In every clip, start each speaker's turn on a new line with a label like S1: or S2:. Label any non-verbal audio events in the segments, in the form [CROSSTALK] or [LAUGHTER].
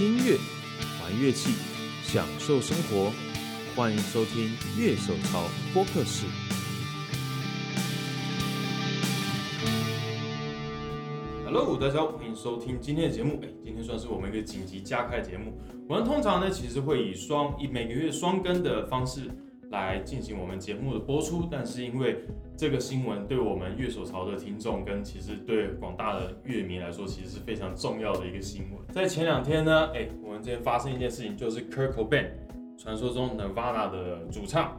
S1: 音乐、玩乐器、享受生活，欢迎收听《乐手潮播客室》。Hello，大家好，欢迎收听今天的节目。哎，今天算是我们一个紧急加开节目。我们通常呢，其实会以双以每个月双更的方式来进行我们节目的播出，但是因为这个新闻对我们乐手潮的听众跟其实对广大的乐迷来说，其实是非常重要的一个新闻。在前两天呢，哎、我们这边发生一件事情，就是 Kurt Cobain，传说中 Nirvana 的主唱，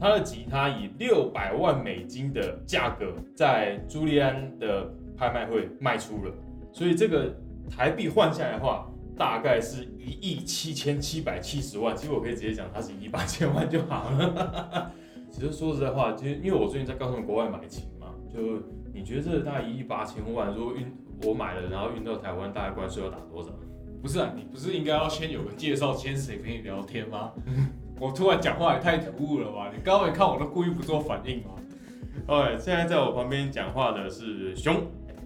S1: 他的吉他以六百万美金的价格在朱利安的拍卖会卖出了，所以这个台币换下来的话，大概是一亿七千七百七十万。其实我可以直接讲，它是一亿八千万就好了。其实说实在话，其实因为我最近在告诉国外买琴嘛，就你觉得这大概一亿八千万，如果运我买了，然后运到台湾，大概关税要打多少？
S2: 不是啊，你不是应该要先有个介绍，先谁陪你聊天吗？ [LAUGHS] 我突然讲话也太突兀了吧！你刚刚没看我都故意不做反应吗？
S1: 哎，现在在我旁边讲话的是熊，哎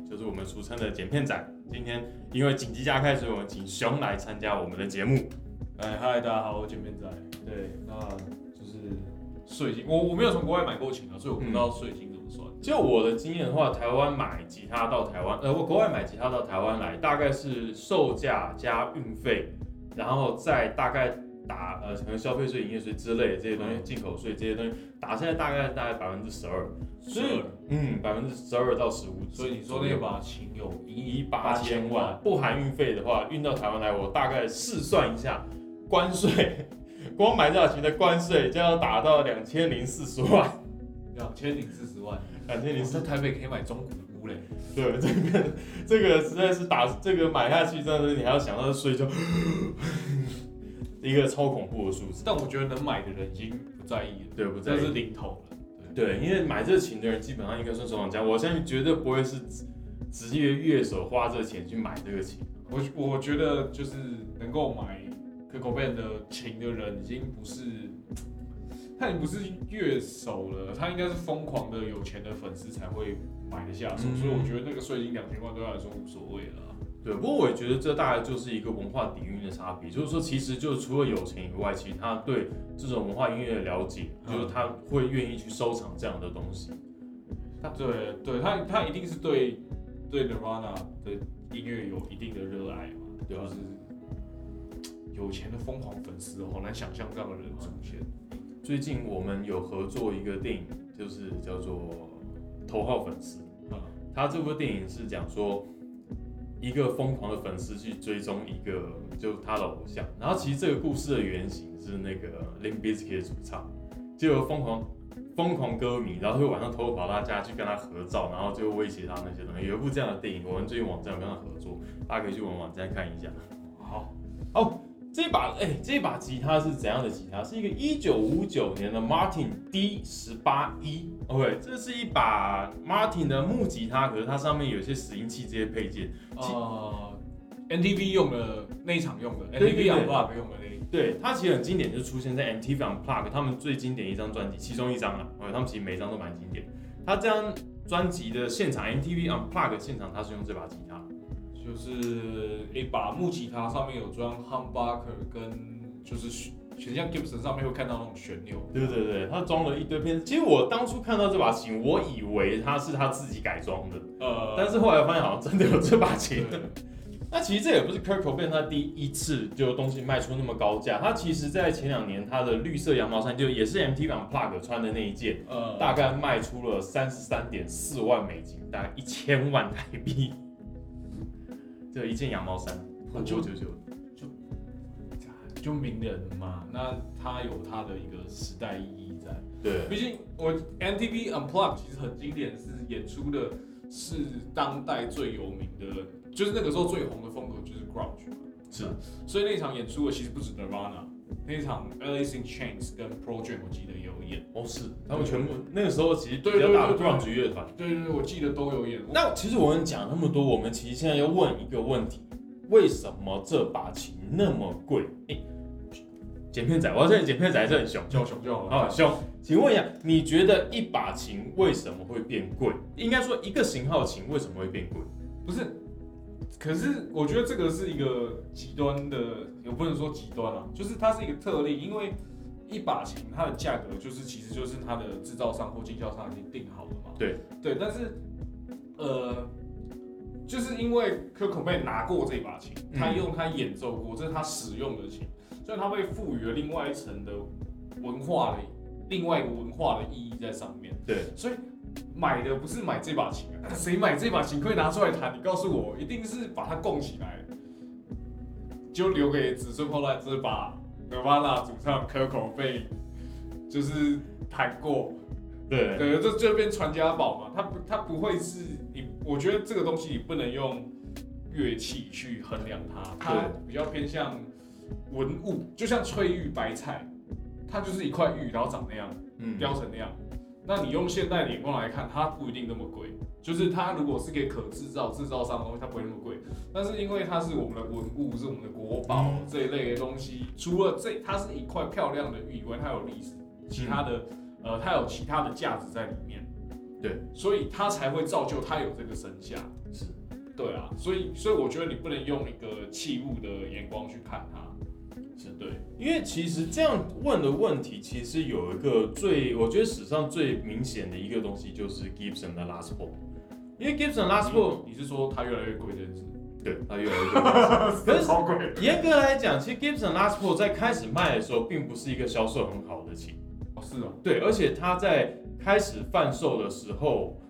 S1: 就是我们俗称的剪片仔。今天因为紧急加开，所以我们请熊来参加我们的节目。
S2: 哎，嗨，大家好，我简面仔。对，那就是税金，我我没有从国外买过琴啊，所以我不知道税金怎么算。
S1: 就我的经验的话，台湾买吉他到台湾，呃，我国外买吉他到台湾来，大概是售价加运费，然后再大概打呃，可能消费税、营业税之类的这些东西，
S2: 嗯
S1: 进口税这些东西，打下来大概大概百分之十二，所以
S2: 12
S1: 嗯，百分之十二到十五。
S2: 所以你说那把琴有一
S1: 一亿八千万，，不含运费的话，运到台湾来，我大概试算一下，关税，光买这把琴的关税就要打到两千零四十万，
S2: 两千零四十万，
S1: 两千
S2: 你
S1: 零四
S2: 在台北可以买中古屋嘞。
S1: 对，这个这个实在是打这个买下去，真的是你还要想到睡觉，一个超恐怖的数字。
S2: 但我觉得能买的人已经不在意了，
S1: 对，不在
S2: 这
S1: 意
S2: 是零头了。
S1: 对，因为买这琴的人基本上应该算收藏家，我相信绝对不会是职职业乐手花这钱去买这个琴。
S2: 我我觉得就是能够买 c o c o b a n 的琴的人，已经不是他已经不是乐手了，他应该是疯狂的有钱的粉丝才会买得下手，
S1: 嗯
S2: 所以我觉得那个税金两千万对他来说无所谓了。
S1: 对，不过我也觉得这大概就是一个文化底蕴的差别，就是说，其实就是除了有钱以外，其实他对这种文化音乐的了解，
S2: 嗯
S1: 就是他会愿意去收藏这样的东西。嗯
S2: 对对，他他一定是对对 Nirvana 的音乐有一定的热爱嘛，
S1: 对啊
S2: 就是有钱的疯狂粉丝哦，好难想象这样的人出现。
S1: 最近我们有合作一个电影，就是叫做《头号粉丝》。
S2: 嗯
S1: 他这部电影是讲说一个疯狂的粉丝去追踪一个就他的偶像，然后其实这个故事的原型是那个 Limp Bizkit 的主唱，就有疯狂疯狂歌迷，然后会晚上偷偷跑到他家去跟他合照，然后就威胁他那些东西。有一部这样的电影，我们最近网站有跟他合作，大家可以去我们网站看一下。
S2: 好，
S1: 这把哎、这把吉他是怎样的吉他？是一个一九五九年的 Martin D 十八一。OK，这是一把 Martin 的木吉他，可是它上面有一些拾音器这些配件。其
S2: 呃，NTV 用的那一场用的
S1: 对对
S2: ，NTV
S1: 对
S2: u n p l u g 用的那一
S1: 对，它其实很经典，就出现在 MTV Unplugged 他们最经典一张专辑，其中一张啊，呃，他们其实每一张都蛮经典。他这张专辑的现场 MTV Unplugged 现场，他是用这把吉他。
S2: 就是一把木吉他，上面有装 humbucker 跟就是旋很像 Gibson 上面会看到那种旋钮。
S1: 对对对，他装了一堆片。其实我当初看到这把琴，我以为它是他自己改装的，
S2: 呃，
S1: 但是后来发现好像真的有这把琴。
S2: 对
S1: 那其实这也不是 Kurt Cobain 他第一次就东西卖出那么高价，他其实在前两年他的绿色羊毛衫就也是 MTV Unplugged 穿的那一件，
S2: 呃， [LAUGHS]
S1: 大概卖出了三十三点四万美金，大概一千万台币，这一件羊毛衫，
S2: 啊
S1: 九
S2: 就
S1: 九九，
S2: 就名人嘛，那他有他的一个时代意义在。
S1: 对，
S2: 毕竟我 NTV Unplugged 其实很经典，是演出的是当代最有名的，就是那个时候最红的风格就是 grunge 嘛。
S1: 是
S2: 所以那场演出的其实不止 Nirvana，那场 Alice in Chains 跟 Pro Jam 我记得也有演。
S1: 哦是，他们全部那个时候其实比
S2: 对
S1: 较
S2: 对
S1: 大的
S2: 对对
S1: grunge 乐团。
S2: 对对对，我记得都有演。我
S1: 那其实我们讲那么多，我们其实现在要问一个问题：为什么这把琴那么贵？哎、剪片仔，我要说剪片仔是很凶。
S2: 叫熊就好了。
S1: 好，兄，请问一下，你觉得一把琴为什么会变贵？应该说一个型号的琴为什么会变贵？
S2: 不是，可是我觉得这个是一个极端的，也不能说极端啊，就是它是一个特例，因为一把琴它的价格就是其实就是它的制造商或经销商已经定好了嘛。
S1: 对
S2: 对，但是呃，就是因为 k u r c o b a n 拿过这把琴，
S1: 嗯
S2: 他用他演奏过，这是他使用的琴，所以他被赋予了另外一层的文化的另外一个文化的意义在上面。
S1: 对，
S2: 所以买的不是买这把琴啊，谁买这把琴可以拿出来弹？你告诉我，一定是把它供起来，就留给子孙后代这把 Nirvana 主唱可口被就是弹过，
S1: 对，
S2: 对，这这变传家宝嘛，它不它不会是你，我觉得这个东西你不能用乐器去衡量它，它
S1: 对
S2: 比较偏向文物，就像翠玉白菜，它就是一块玉，然后长那样。
S1: 嗯，
S2: 雕成那样。那你用现代眼光来看，它不一定那么贵。就是它如果是给可制造、制造商的东西，它不会那么贵。但是因为它是我们的文物，是我们的国宝、
S1: 嗯
S2: 这一类的东西，除了这它是一块漂亮的玉以外，它有历史，其他的、呃，它有其他的价值在里面。
S1: 嗯对，
S2: 所以它才会造就它有这个身价。
S1: 是，
S2: 对啊，所以所以我觉得你不能用一个器物的眼光去看它。
S1: 是
S2: 对，
S1: 因为其实这样问的问题，其实有一个最，我觉得史上最明显的一个东西就是 Gibson 的 Les Paul，因为 Gibson Les Paul
S2: 你是说它越来越贵这件事？
S1: 对它 [LAUGHS] 越来越多，可是
S2: 超贵。
S1: 严格来讲，其实 Gibson Les Paul 在开始卖的时候，并不是一个销售很好的琴。
S2: 哦，是哦。
S1: 对，而且它在开始贩售的时候，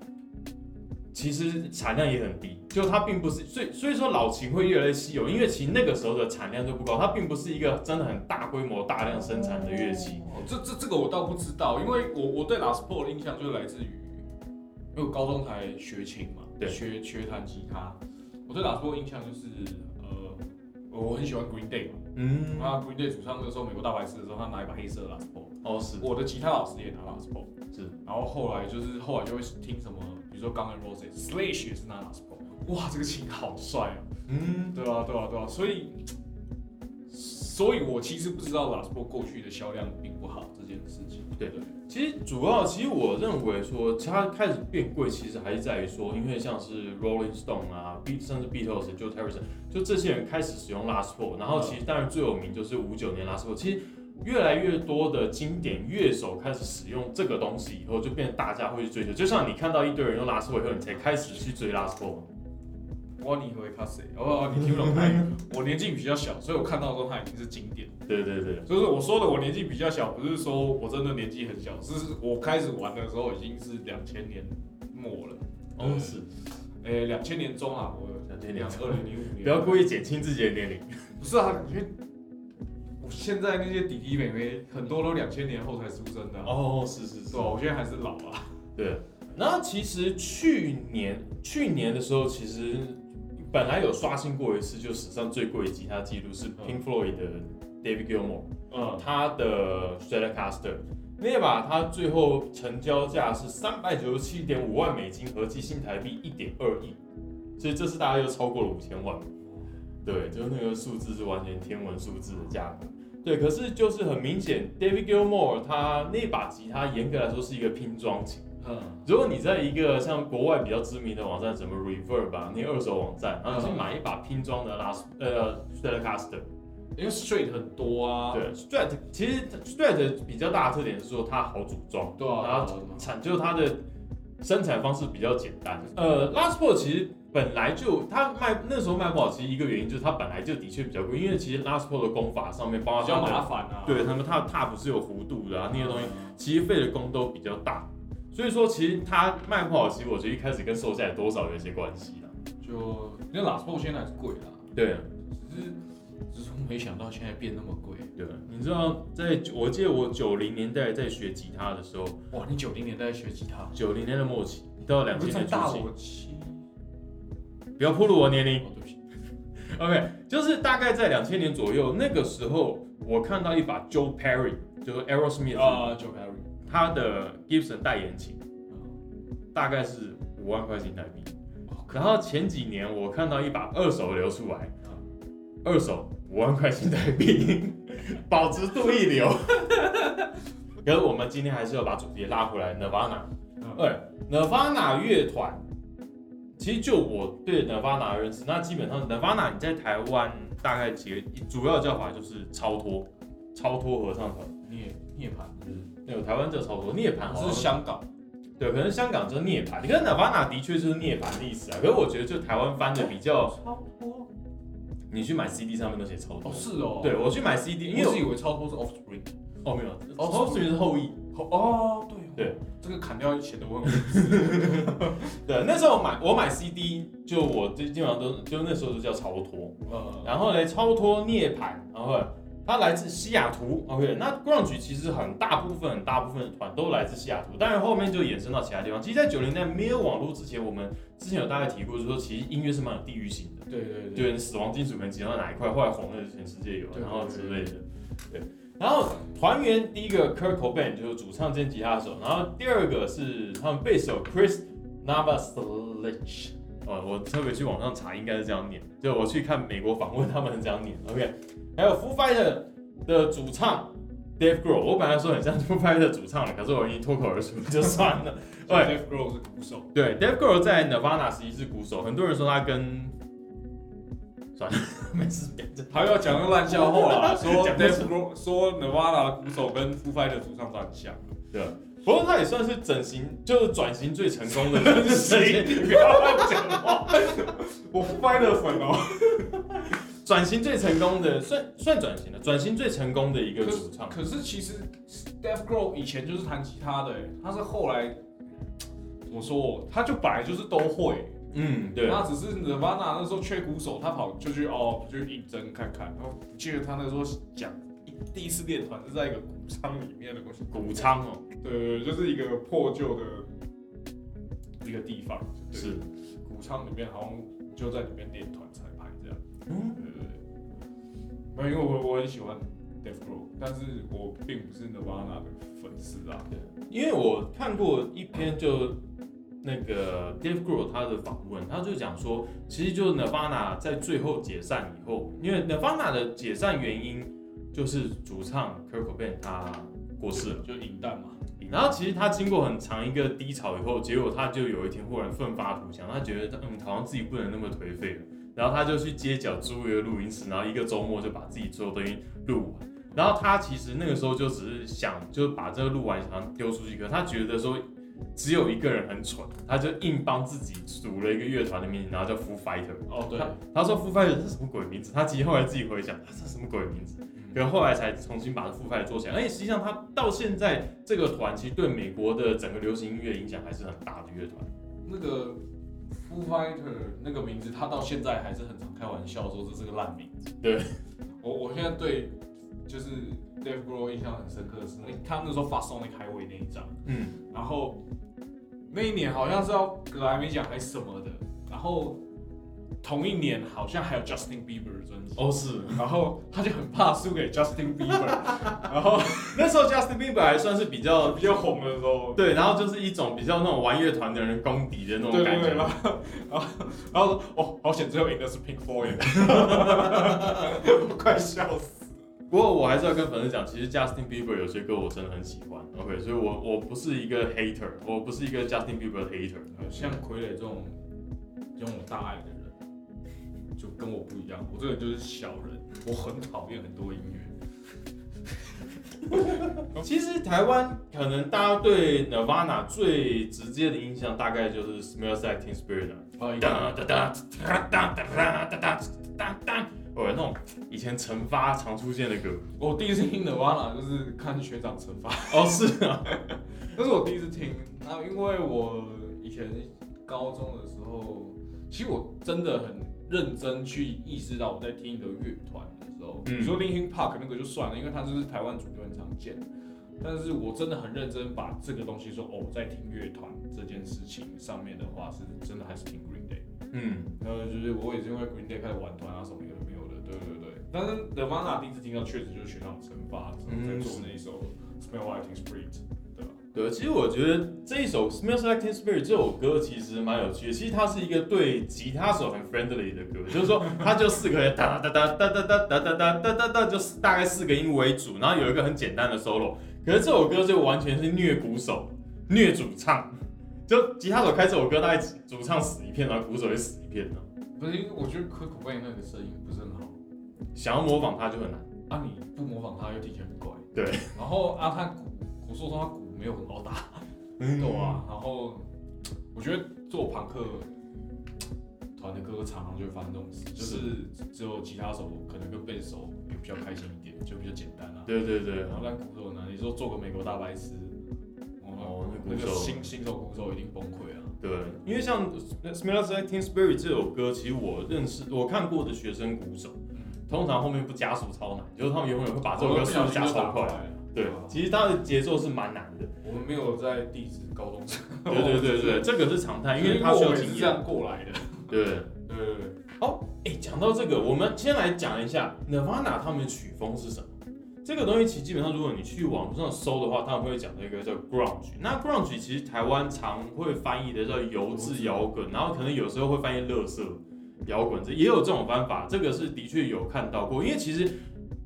S1: 其实产量也很低，就它并不是，所以所以说老琴会越来越稀有，因为其实那个时候的产量就不高，它并不是一个真的很大规模大量生产的乐器。
S2: 哦，这这这个我倒不知道，因为我我对 l a s p o 的印象就来自于，因为我高中才学琴嘛，
S1: 对
S2: 学学弹吉他。我对 l a s p o 印象就是，呃，我很喜欢 Green Day 嘛，
S1: 嗯，
S2: 那 Green Day 主唱那时候美国大白痴的时候，他拿一把黑色的 l a s p o
S1: 哦是
S2: 我的吉他老师也拿 l a s p o
S1: 是，
S2: 然后后来就是后来就会听什么，比如说 Guns N' Roses，Slash 也是拿 l a s p o 哇，这个琴好帅啊！
S1: 嗯，
S2: 对啊，对啊，对啊，所以，所以我其实不知道 l a s p o 过去的销量并不好这件事情。
S1: 对其实主要其实我认为说它开始变贵，其实还是在于说，因为像是 Rolling Stone 啊，B 甚至 Beatles 就 Harrison 就这些人开始使用 Les Paul，然后其实当然最有名就是五九年 Les Paul，其实。越来越多的经典乐手开始使用这个东西以后，就变成大家会去追求。就像你看到一堆人用 Les Paul 以后，你才开始去追 Les Paul。
S2: 我你会卡谁？哦，你听不懂台语。 [LAUGHS] 我年纪比较小，所以我看到的时候它已经是经典。
S1: 对对对，
S2: 就是我说的，我年纪比较小，不是说我真的年纪很小，是我开始玩的时候已经是两千年末了，
S1: 哦是，
S2: 诶、两千年中啊，我
S1: 2000年中
S2: 二零零五年。
S1: 不要故意减轻自己的年龄。
S2: 不是啊，因为我现在那些弟弟妹妹很多都两千年后才出生的、啊，
S1: 哦，是是
S2: 对啊，我现在还是老啊。
S1: 对，然后其实去年去年的时候，其实本来有刷新过一次，就史上最贵的吉他记录是 Pink Floyd 的 David Gilmour，哦
S2: 嗯，
S1: 他的 Stratocaster 那把，它最后成交价是三百九十七点五万美金，合计新台币一点二亿，所以这次大概又超过了五千万。对，就是那个数字是完全天文数字的价格。对，可是就是很明显，David Gilmour 他那把吉他严格来说是一个拼装琴。
S2: 嗯，
S1: 如果你在一个像国外比较知名的网站，什么 Reverb 啊，那些二手网站，然后去买一把拼装的拉斯呃 Stratocaster，
S2: 因为 straight 很多啊，
S1: 对 Strat 其实 Strat 比较大的特点是说它好组装，
S2: 对啊，
S1: 然后产就是它的生产方式比较简单。呃 l a s p o 其实本来就它卖那时候卖不好，其实一个原因就是它本来就的确比较贵，因为其实 l a s p o 的功法上面包括
S2: 比
S1: 它
S2: 较麻
S1: 的
S2: 烦啊，
S1: 对他们它的 top 是有弧度的啊，那些东西。
S2: 西。
S1: 其实费的工都比较大，所以说其实它卖不好，其实我觉得一开始跟售价有多少有一些关系啦。啊
S2: 就因为 l a s p o 现在还是贵啦，
S1: 对啊
S2: 只是只是我没想到现在变那么贵。
S1: 对，啊你知道在我记得我九零年代在学吉他的时候，
S2: 哇，你九零年代学吉他，
S1: 九零年的末期到两千
S2: 你
S1: 年初
S2: 大
S1: 期，
S2: 我七，
S1: 不要暴露我年龄。
S2: 哦对不起，
S1: OK，就是大概在两千年左右那个时候，我看到一把 Joe Perry，就是 Aerosmith，、
S2: 啊，Joe Perry，
S1: 他的 Gibson 代言琴，大概是五万块新台币。然后前几年我看到一把二手流出来
S2: 嗯，
S1: 二手五万块新台币， [LAUGHS] 保值度一流。可是我们今天还是要把主题拉回来，Nirvana。
S2: 嗯
S1: 哎，Nirvana 乐团其实就我对 Nirvana 的认识，那基本上 Nirvana 你在台湾大概几个主要叫法就是超脱，超脱合唱团，
S2: 涅涅槃，
S1: 那有台湾叫超脱，涅槃好
S2: 是
S1: 像
S2: 香港，
S1: 对，可能香港叫涅槃，你跟 Nirvana 的确就是涅槃的意思啊。可是我觉得就台湾翻的比较，
S2: 超脱
S1: 你去买 CD 上面都写超
S2: 哦
S1: 脱。
S2: 是哦，
S1: 对，我去买 CD，因为
S2: 我一
S1: 我
S2: 直以为超脱是 Offspring，
S1: 哦没有，
S2: 哦
S1: 哦，后面是后裔。
S2: 哦哦对哦
S1: 对，
S2: 这个砍掉显得我很
S1: 对，那时候我买我买 CD，就我基基本上都就那时候就叫超脱，
S2: 呃
S1: 然后呢超脱涅槃，然后呢它来自西雅图，OK，那 grunge 其实很大部分很大部分的团都来自西雅图，当然后面就衍生到其他地方。其实，在九零年代没有网络之前，我们之前有大概提过，就是说其实音乐是蛮有地域性的。
S2: 对对对
S1: 对，死亡金属可能集到哪一块，后来红了全世界有，
S2: 对
S1: 然后之类的
S2: 对。
S1: 对，然后团员第一个 Kurt Cobain 就是主唱兼吉他手，然后第二个是他们贝斯手 Chris Novoselic。哦，我特别去网上查，应该是这样念。就我去看美国访问，他们是这样念。OK，还有 Foo Fighter 的主唱 Dave Grohl，我本来说很像 Foo Fighter 的主唱了，可是我已经脱口而出就算了。 [LAUGHS]
S2: 所
S1: 对，
S2: 以
S1: 哎
S2: ，Dave Grohl 是鼓手，
S1: 对，Dave Grohl 在 Nirvana 时期是鼓手，很多人说他跟，算了，没事，别这
S2: 他要讲那个烂笑话啦， [LAUGHS] 说
S1: 讲不
S2: Dave Grohl 说 Nirvana 的鼓手跟 Foo Fighter 的主唱长得很像，
S1: 对。不过他也算是整形，就是转型最成功的人。
S2: 谁
S1: 不要乱讲话。
S2: 我 Foo Fighter 粉哦，
S1: [LAUGHS] 转型最成功的，算算转型了，转型最成功的一个
S2: 可
S1: 主
S2: 是
S1: 唱。
S2: 可是其实 Dave Grohl 以前就是弹吉他的，欸他是后来怎么说，他就本来就是都会。
S1: 嗯，对，
S2: 那只是 Nirvana 那时候缺鼓手，他跑就去哦，就应征看看。然后我记得他那时候讲第一次练团是在一个鼓仓里面的东西，
S1: 谷仓哦，
S2: 对对对，就是一个破旧的一个地方，对
S1: 是，
S2: 鼓仓里面好像就在里面练团彩排这样。
S1: 嗯，
S2: 对对对，没有，因为我我很喜欢 Dave Grohl，但是我并不是 Nirvana 的粉丝啊。
S1: 因为我看过一篇就那个 Dave Grohl 他的访问，他就讲说，其实就是 Nirvana 在最后解散以后，因为 Nirvana 的解散原因就是主唱 Kurt Cobain 他过世了。
S2: 就银弹嘛，
S1: 然后其实他经过很长一个低潮以后，结果他就有一天忽然奋发图强，他觉得嗯好像自己不能那么颓废了，然后他就去街角租一个录音室，然后一个周末就把自己所有东西录完。然后他其实那个时候就只是想，就把这个录完想丢出去，可他觉得说只有一个人很蠢，他就硬帮自己组了一个乐团的名字，然后叫 Foo Fighter。
S2: 哦对
S1: 他，他说 Foo Fighter 是什么鬼名字？他其实后来自己回想，这是什么鬼名字？可后来才重新把它复派做起来。而且实际上，他到现在这个团其实对美国的整个流行音乐影响还是很大的乐团。
S2: 那个 Foo Fighter 那个名字，他到现在还是很常开玩笑说这是个烂名字。
S1: 对，
S2: 我我现在对就是 Dave Grohl 印象很深刻的是，那他那时候发《Sonic Highway》那一张，
S1: 嗯，
S2: 然后那一年好像是要格莱美奖还是什么的，然后同一年好像还有 Justin Bieber 的专辑。
S1: 哦是，
S2: 然后他就很怕输给 Justin Bieber，然 [LAUGHS] 后
S1: [LAUGHS] 那时候 Justin Bieber 还算是比较
S2: 比较红的时候，
S1: 对，然后就是一种比较那种玩乐团的人公敌的那种
S2: 对对
S1: 感
S2: 对，然
S1: 觉。
S2: 后然后然后说哦，好险，最后赢的是 Pink Floyd，我快笑死。
S1: 不过我还是要跟粉丝讲，其实 Justin Bieber 有些歌我真的很喜欢。OK，所以我我不是一个 hater，我不是一个 Justin Bieber 的 hater。
S2: 像傀儡这种拥有大爱的人，就跟我不一样，我这个人就是小人，我很讨厌很多音乐。
S1: 其实台湾可能大家对 Nirvana 最直接的印象，大概就是 Smells Like Teen Spirit 啊。
S2: 啊，
S1: 哒哒哒哒哒哒哒哒哒哒哒，哦，那种以前惩罚常出现的歌。
S2: 我第一次听 Nirvana 就是看学长惩罚。 [LAUGHS]
S1: 哦，是啊，
S2: 那是我第一次听，那、因为我以前高中的时候，其实我真的很认真去意识到我在听一个乐团的时候，
S1: 嗯
S2: 你说 Linkin Park 那个就算了，因为它就是台湾主流很常见，但是我真的很认真把这个东西说哦，我在听乐团这件事情上面的话，是真的还是听 Green Day。
S1: 嗯，
S2: 呃，就是我也是因为 Green Day 开始玩团啊什么有的没有的，对对对。但是 The v a n a 第一次听到确实就是学长惩罚，
S1: 嗯
S2: 在做那一首 Smell Like Teen Spirit，对吧？
S1: 对，其实我觉得这一首《Smells Like Teen Spirit》这首歌其实蛮有趣的。其实它是一个对吉他手很 friendly 的歌，就是说它就四个人哒哒哒哒哒哒哒哒哒哒哒哒，就是大概四个音为主，然后有一个很简单的 solo。可是这首歌就完全是虐鼓手、虐主唱，就吉他手开这首歌，大概主唱死一片，然后鼓手也死一片呢。
S2: 不是，因为我觉得可口贝那个声音不是很好，
S1: 想要模仿他就很难。
S2: 啊，你不模仿他又听起来很怪。
S1: 对。
S2: 然后啊，他鼓，我说他鼓没有很好打，
S1: 嗯
S2: 懂啊。然后我觉得做朋克团的歌常常就会发生这种事，就是只有吉他手可能跟贝斯手也比较开心一点，就比较简单啊。
S1: 对对对
S2: 然，后但鼓手呢，你说做个美国大白痴，哦，
S1: 哦，
S2: 那
S1: 那鼓
S2: 个
S1: 手，
S2: 新新手鼓手一定崩溃啊。
S1: 对，因为像《Smells Like Teen Spirit》这首歌，其实我认识我看过的学生鼓手，通常后面不加速超难，就是他们永远会把这首歌速度哦加超快。
S2: 了。啊
S1: 对，其实它的节奏是蛮难的。
S2: 我们没有在地址高中生，
S1: [LAUGHS] 对对对
S2: [LAUGHS]
S1: 对， [LAUGHS] 这个是常态，因
S2: 因
S1: 为
S2: 为
S1: 它需要
S2: 我也是
S1: 经
S2: 这
S1: 验。
S2: 样过来的。
S1: 对，
S2: 对对对，
S1: 哎，讲到这个，我们先来讲一下 Nirvana 他们的曲风是什么。这个东西其实基本上，如果你去网络上搜的话，他们会讲这个叫 grunge。那 grunge 其实台湾常会翻译的叫油质摇滚，然后可能有时候会翻译乐色摇滚，这也有这种翻法。这个是的确有看到过，因为其实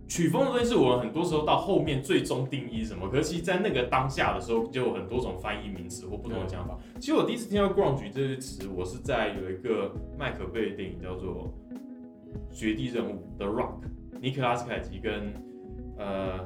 S1: 曲风的东西是我们很多时候到后面最终定义是什么，可是其实在那个当下的时候，就有很多种翻译名词或不同的讲法。其实我第一次听到 grunge 这个词，我是在有一个麦可贝的电影叫做《绝地任务》The Rock，尼克拉斯凯奇跟呃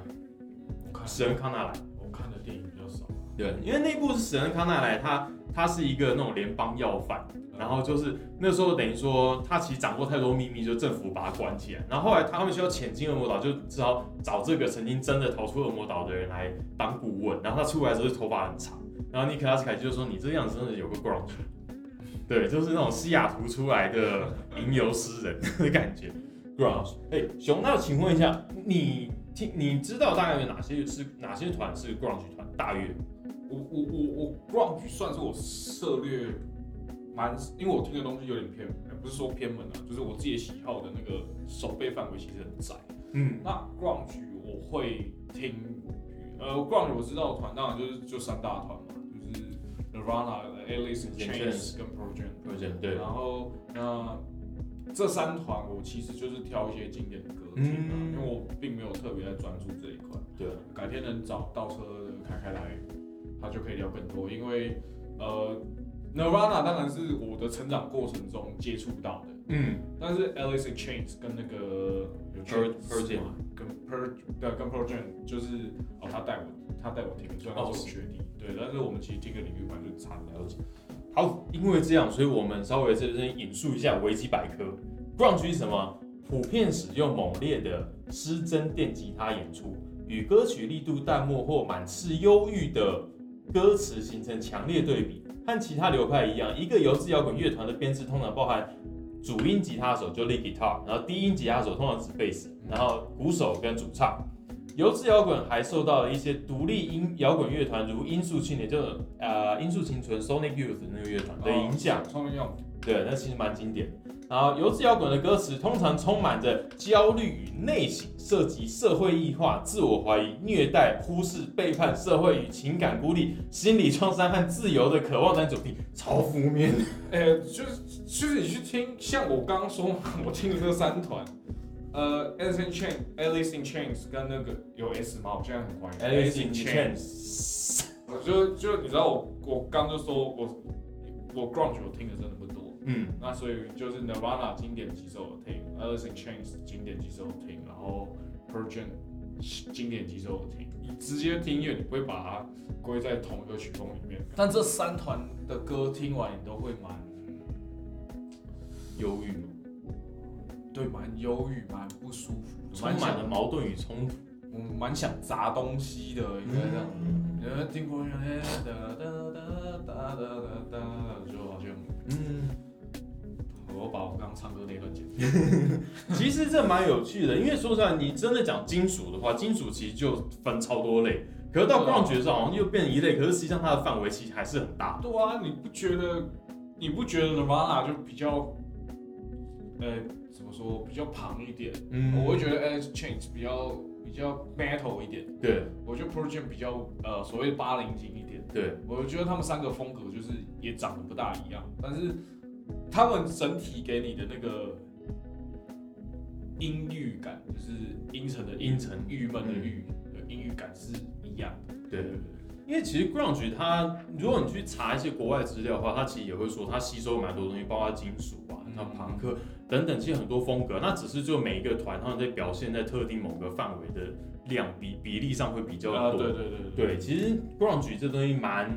S2: 我看
S1: 史恩康纳莱。
S2: 我看的电影比较少，
S1: 对，因为那部是史恩康纳莱，他他是一个那种联邦要犯，然后就是那时候等于说他其实掌握太多秘密，就政府把他关起来。然后后来他们需要潜进恶魔岛，就只好找这个曾经真的逃出恶魔岛的人来当顾问。然后他出来的时候就头发很长，然后尼克拉斯凯奇就说：“你这样子真的有个 ground。”对，就是那种西雅图出来的吟游诗人的感觉。grunge，哎、熊，那请问一下，你听你知道大概有哪些是哪些团是 grunge 团？大约
S2: 我我我我 grunge 算是我涉略蛮，因为我听的东西有点偏，呃不是说偏门啊，就是我自己的喜好的那个手背范围其实很窄。
S1: 嗯，
S2: 那 grunge 我会听，呃，grunge 我知道的团当然就是就三大团嘛，就是 Nirvana、Alice in Chains 跟 p r o j e c
S1: 有点对，啊
S2: 然后那这三团我其实就是挑一些经典的歌听啊，
S1: 嗯
S2: 因为我并没有特别在专注这一块。
S1: 对，啊
S2: 改天能找倒车的凯凯来，他就可以聊更多，因为呃，Nirvana 当然是我的成长过程中接触到的，
S1: 嗯，
S2: 但是 Alice in Chains 跟那个有
S1: Pearl-
S2: Chains
S1: Pearl Jam
S2: 嘛跟 Per 对啊跟 Per Jam 就是哦，他带我他带我听，虽
S1: 哦
S2: 然他是我学弟，对，但是我们其实听的领域本来就差很多。
S1: 好，因为这样，所以我们稍微这边引述一下维基百科，grunge 是什么？普遍使用猛烈的失真电吉他演出，与歌曲力度淡漠或满是忧郁的歌词形成强烈对比。和其他流派一样，一个油质摇滚乐团的编制通常包含主音吉他手就 lead guitar，然后低音吉他手通常指贝斯，然后鼓手跟主唱。油质摇滚还受到了一些独立音摇滚乐团，如音速青年，就是呃音速青春 （Sonic Youth） 那个乐团的影响。
S2: 哦，创用
S1: 对，那其实蛮经典的。然后油质摇滚的歌词通常充满着焦虑与内省，涉及社会异化、自我怀疑、虐待、忽视、背叛、社会与情感孤立、心理创伤和自由的渴望等主题，超负面。
S2: 呃，就是就是你去听，像我刚刚说嘛， [LAUGHS] 我听的这三团，呃，Alice in Chains、Alice in Chains 跟那个有 S 吗？我现在哎很怀疑。
S1: Alice in Chains，
S2: 我就就你知道我我刚就说我我 grunge 我听的真的不多，
S1: 嗯，
S2: 那所以就是 Nirvana 经典几首我听，Alice in Chains 经典几首我听，然后 p u r g e n 经典几首我听。你直接听音乐，你不会把它归在同一个曲风里面。但这三团的歌听完，你都会蛮
S1: 忧郁，
S2: 对，蛮忧郁，蛮不舒服的，
S1: 充满了矛盾与冲突。
S2: 我蛮想砸东西的，应该这样。
S1: 嗯
S2: 有没有听过？哎哒哒哒哒哒哒哒，就好像
S1: 嗯，
S2: 我把我刚刚唱歌那一段剪掉。
S1: 其实这蛮有趣的，因为说实话，你真的讲金属的话，金属其实就分超多类，可是到
S2: 对啊
S1: grunge 的时候好像又变成一类，可是实际上它的范围其实还是很大。
S2: 对啊，你不觉得？你不觉得 Nirvana 就比较，呃，怎么说？比较旁一点。
S1: 嗯
S2: 我会觉得 Alice in Chains 比较比较 metal 一点，
S1: 对
S2: 我觉得 p r o j e c t 比较呃所谓八零型一点。
S1: 对，
S2: 我觉得他们三个风格就是也长得不大一样，但是他们整体给你的那个阴郁感，就是阴沉的阴
S1: 阴沉
S2: 郁闷的郁，对阴郁感是一样的。
S1: 对
S2: 对
S1: 因为其实 grunge 它，如果你去查一些国外资料的话，它其实也会说它吸收蛮多东西，包括金属啊，
S2: 嗯
S1: 那朋克等等，其实很多风格。那只是就每一个团他们在表现在特定某个范围的量比比例上会比较
S2: 啊，
S1: 多。
S2: 对对对
S1: 对，其实 grunge 这东西蛮，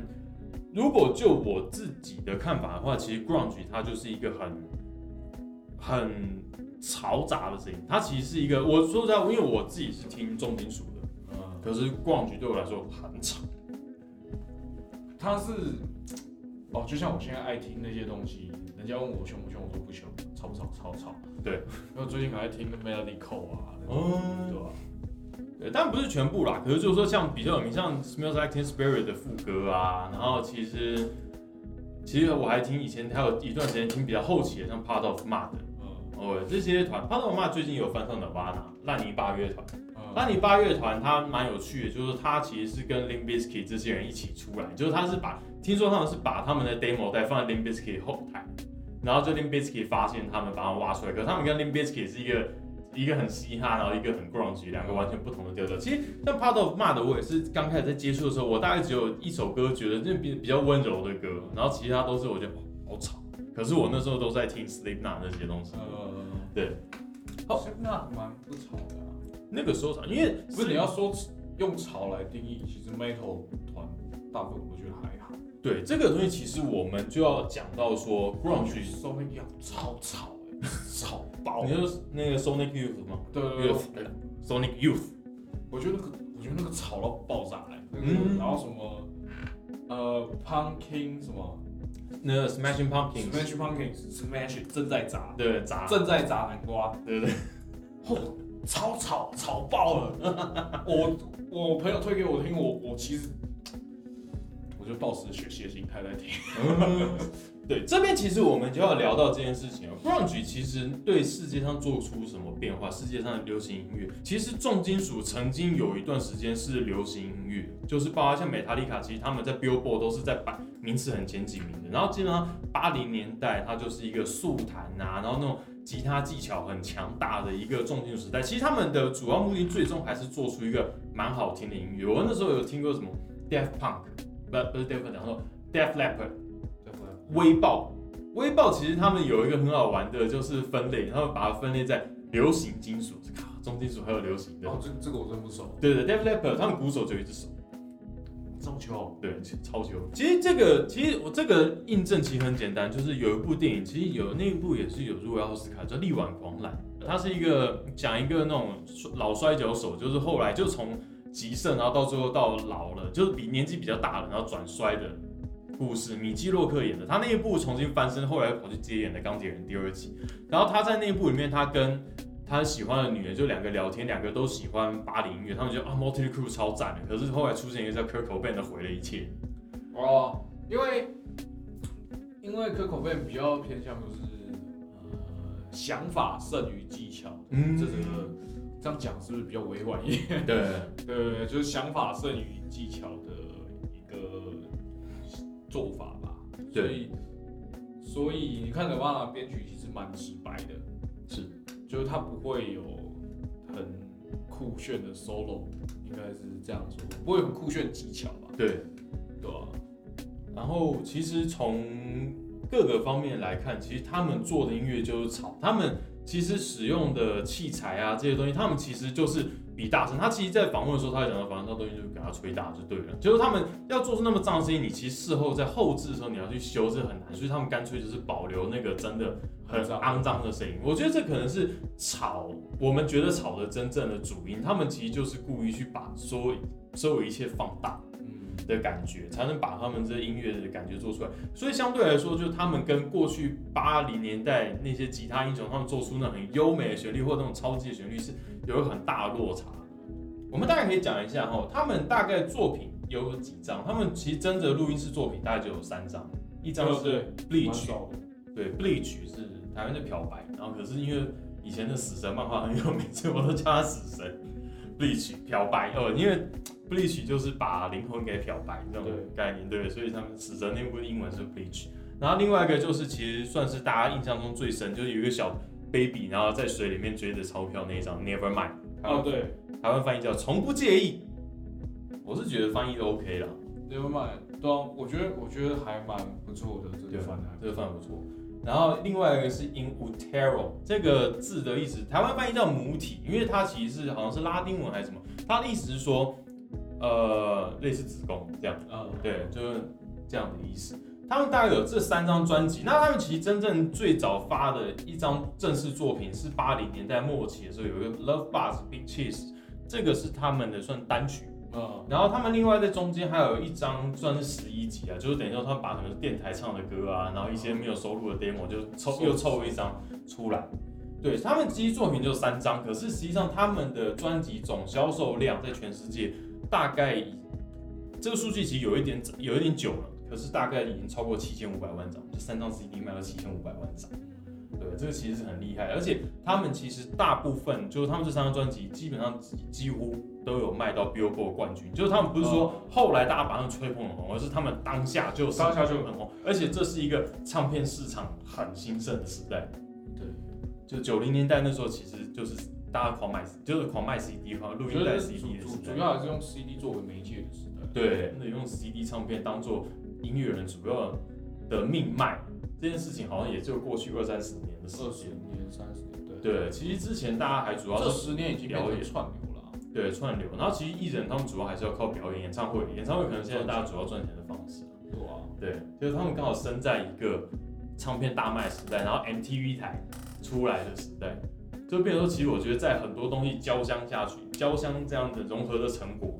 S1: 如果就我自己的看法的话，其实 grunge 它就是一个很很嘈杂的声音，它其实是一个，我说实在，因为我自己是听重金属的，
S2: 嗯，
S1: 可是 grunge 对我来说很吵。
S2: 他是哦，就像我现在爱听那些东西，人家问我凶不凶，我说不凶，吵不吵，吵吵。
S1: 对，
S2: 因为我最近很爱听 Melody Cole 啊，那种
S1: 哦
S2: 对吧？
S1: 对，但呃不是全部啦。可是就是说，像比较有名，像 Smells Like Teen Spirit 的副歌啊，然后其实其实我还听以前还有一段时间听比较后期的，像 Part of Mud
S2: 嗯
S1: 哦这些团，Part of Mud 最近有翻唱 Nirvana 烂泥巴乐团。
S2: 嗯
S1: 烂泥巴乐团它蛮有趣的，就是它其实是跟 Limp Bizkit 这些人一起出来，就是他是把听说他们是把他们的 demo 带放在 Limp Bizkit 后台，然后就 Limp Bizkit 发现他们把他们挖出来，可是他们跟 Limp Bizkit 是一个一个很嘻哈，然后一个很 grunge，两个完全不同的调调。其实像 Part of Mud 我也是刚开始在接触的时候，我大概只有一首歌觉得那比比较温柔的歌，然后其他都是我觉得哦好吵，可是我那时候都在听 Slipknot 那些东西，
S2: 呃，
S1: 对，
S2: 好，那蛮不吵的啊。
S1: 那个时候吵，因为
S2: 不是你要说用吵来定义，其实 metal 团大部分我都觉得还好。
S1: 对这个东西，其实我们就要讲到说 grunge，
S2: 收音要超吵欸，吵爆。
S1: 你就是那个 Sonic Youth 吗
S2: 对对对
S1: ？Youth Sonic Youth，
S2: 我觉得那个，我觉得那个吵到爆炸嘞、那个
S1: 嗯
S2: 然后什么，呃，Pumpkin 什么
S1: 那个 Smashing Pumpkins，
S2: ，Smash Pumpkin，Smash 正在砸，
S1: 对砸，
S2: 正在砸南瓜，
S1: 对对
S2: 哦，超吵，吵爆了。我我朋友推给我听，我我其实我就抱持学习的心态在听。
S1: 对，对这边其实我们就要聊到这件事情了。grunge 其实对世界上做出什么变化？世界上的流行音乐，其实重金属曾经有一段时间是流行音乐，就是包括像美塔利卡，其实他们在 Billboard 都是在百名次很前几名的。然后基本上八零年代，它就是一个速弹啊，然后那种。吉他技巧很强大的一个重金属时代，其实他们的主要目的最终还是做出一个蛮好听的音乐。我那时候有听过什么 Death Punk，不不是 Death Punk，然后 Death Leopard，微爆，微爆其实他们有一个很好玩的，就是分类，他们把它分类在流行金属、靠重金属还有流行的
S2: 然。后哦这这个我真不熟，
S1: 对对 d e v l e p p e r 他们鼓手就有一只手，
S2: 中秋
S1: 对，超球。其实这个，其实我这个印证其实很简单，就是有一部电影，其实有那一部也是有入围奥斯卡，叫《力挽狂澜》，它是一个讲一个那种老摔跤手，就是后来就从极盛，然后到最后到老了，就是比年纪比较大了，然后转摔的故事。米基洛克演的，他那一部重新翻身，后来又跑去接演的《钢铁人》第二季。然后他在那一部里面，他跟他喜欢的女人就两个聊天，两个都喜欢巴黎音乐，他们觉得啊 m o t i Crew 超赞的。可是后来出现一个叫 Kurt Cobain 的毁了一切。
S2: 哦，因为因为可口贝比较偏向就是呃想法胜于技巧，
S1: 嗯
S2: 这个这样讲是不是比较委婉一
S1: [LAUGHS]
S2: 点？
S1: 对，
S2: [LAUGHS] 对，就是想法胜于技巧的一个做法吧。所
S1: 对
S2: 以，所以你看 n i r v 编曲其实蛮直白的，
S1: 是
S2: 就是它不会有很酷炫的 solo，应该是这样说，不会有很酷炫的技巧吧？
S1: 对。
S2: 对啊吧、
S1: 然后其实从各个方面来看，其实他们做的音乐就是吵，他们其实使用的器材啊这些东西，他们其实就是比大声。他其实，在访问的时候，他讲到反正这东西就给他吹大就对了。就是他们要做出那么脏的声音，你其实事后在后置的时候你要去修，这很难。所以他们干脆就是保留那个真的很
S2: 很脏
S1: 肮脏的声音。我觉得这可能是吵，我们觉得吵的真正的主因，他们其实就是故意去把所有所有一切放大。
S2: 嗯，
S1: 的感觉，才能把他们这音乐的感觉做出来。所以相对来说，就他们跟过去八零年代那些吉他英雄，他们做出那种很优美的旋律或那种超级的旋律，是有一个很大的落差。我们大概可以讲一下哈，他们大概作品有几张？他们其实真的录音室作品大概就有三张，一张是
S2: 哦对对，蛮
S1: Bleach，
S2: 少的。
S1: 对，Bleach 是台湾的漂白，然后可是因为以前的死神漫画很有名，所以我都叫它死神 Bleach 漂白。呃，因为 Bleach 就是把灵魂给漂白这种
S2: 对
S1: 概念，对，所以他们死神那部英文是 Bleach。然后另外一个就是其实算是大家印象中最深，就是有一个小 baby 然后在水里面追着钞票那一张 Never Mind，台湾、
S2: 啊哦，对，
S1: 台湾翻译叫从不介意，我是觉得翻译的 OK 啦。
S2: 有买，对啊，我觉得我觉得还蛮不错的，这
S1: 对
S2: 个饭还
S1: 啊这个饭不错。然后另外一个是 in utero 这个字的意思，台湾翻译叫母体，因为它其实是好像是拉丁文还是什么，它的意思是说，呃，类似子宫这样，
S2: 嗯，
S1: 对，就是这样的意思。他们大概有这三张专辑，那他们其实真正最早发的一张正式作品是八零年代末期的时候，有一个 Love Buzz Big Cheese，这个是他们的算单曲。
S2: 嗯，
S1: 然后他们另外在中间还有一张算是十一集啊，就是等于说他们把可能电台唱的歌啊，然后一些没有收录的 demo 就凑又凑一张出来。对他们其实作品就三张，可是实际上他们的专辑总销售量在全世界大概已这个数据其实有一点有一点久了，可是大概已经超过七千五百万张，就三张 CD 卖了七千五百万张。对，这个其实是很厉害，而且他们其实大部分就是他们这三张专辑基本上几几乎都有卖到 Billboard 冠军，就是他们不是
S2: 哦
S1: 说后来大家把他们吹捧很红，而是他们当下就
S2: 当下就
S1: 很红，而且这是一个唱片市场很兴盛的时代。
S2: 对，
S1: 就九零年代那时候，其实就是大家狂买，就是狂卖 CD，狂录
S2: 我
S1: 音
S2: 觉
S1: 带
S2: 得
S1: CD 的
S2: 主
S1: 时
S2: 主主
S1: 代。
S2: 要还是用 CD 作为媒介的时代，
S1: 对，那用 CD 唱片当做音乐人主要的命脉，这件事情好像也就过去二三十年的时
S2: 二十
S1: 间。
S2: 年、三十年，对，
S1: 对，其实之前大家还主要
S2: 这
S1: 是
S2: 十年已经变
S1: 表
S2: 成
S1: 演
S2: 串流了啊，
S1: 对串流，然后其实艺人他们主要还是要靠表演、演唱会，演唱会可能现在大家主要赚钱的方式。
S2: 对啊，
S1: 对，就是他们刚好生在一个唱片大卖时代，然后 MTV 台出来的时代，就变成说，其实我觉得在很多东西交相下去，交相这样的融合的成果，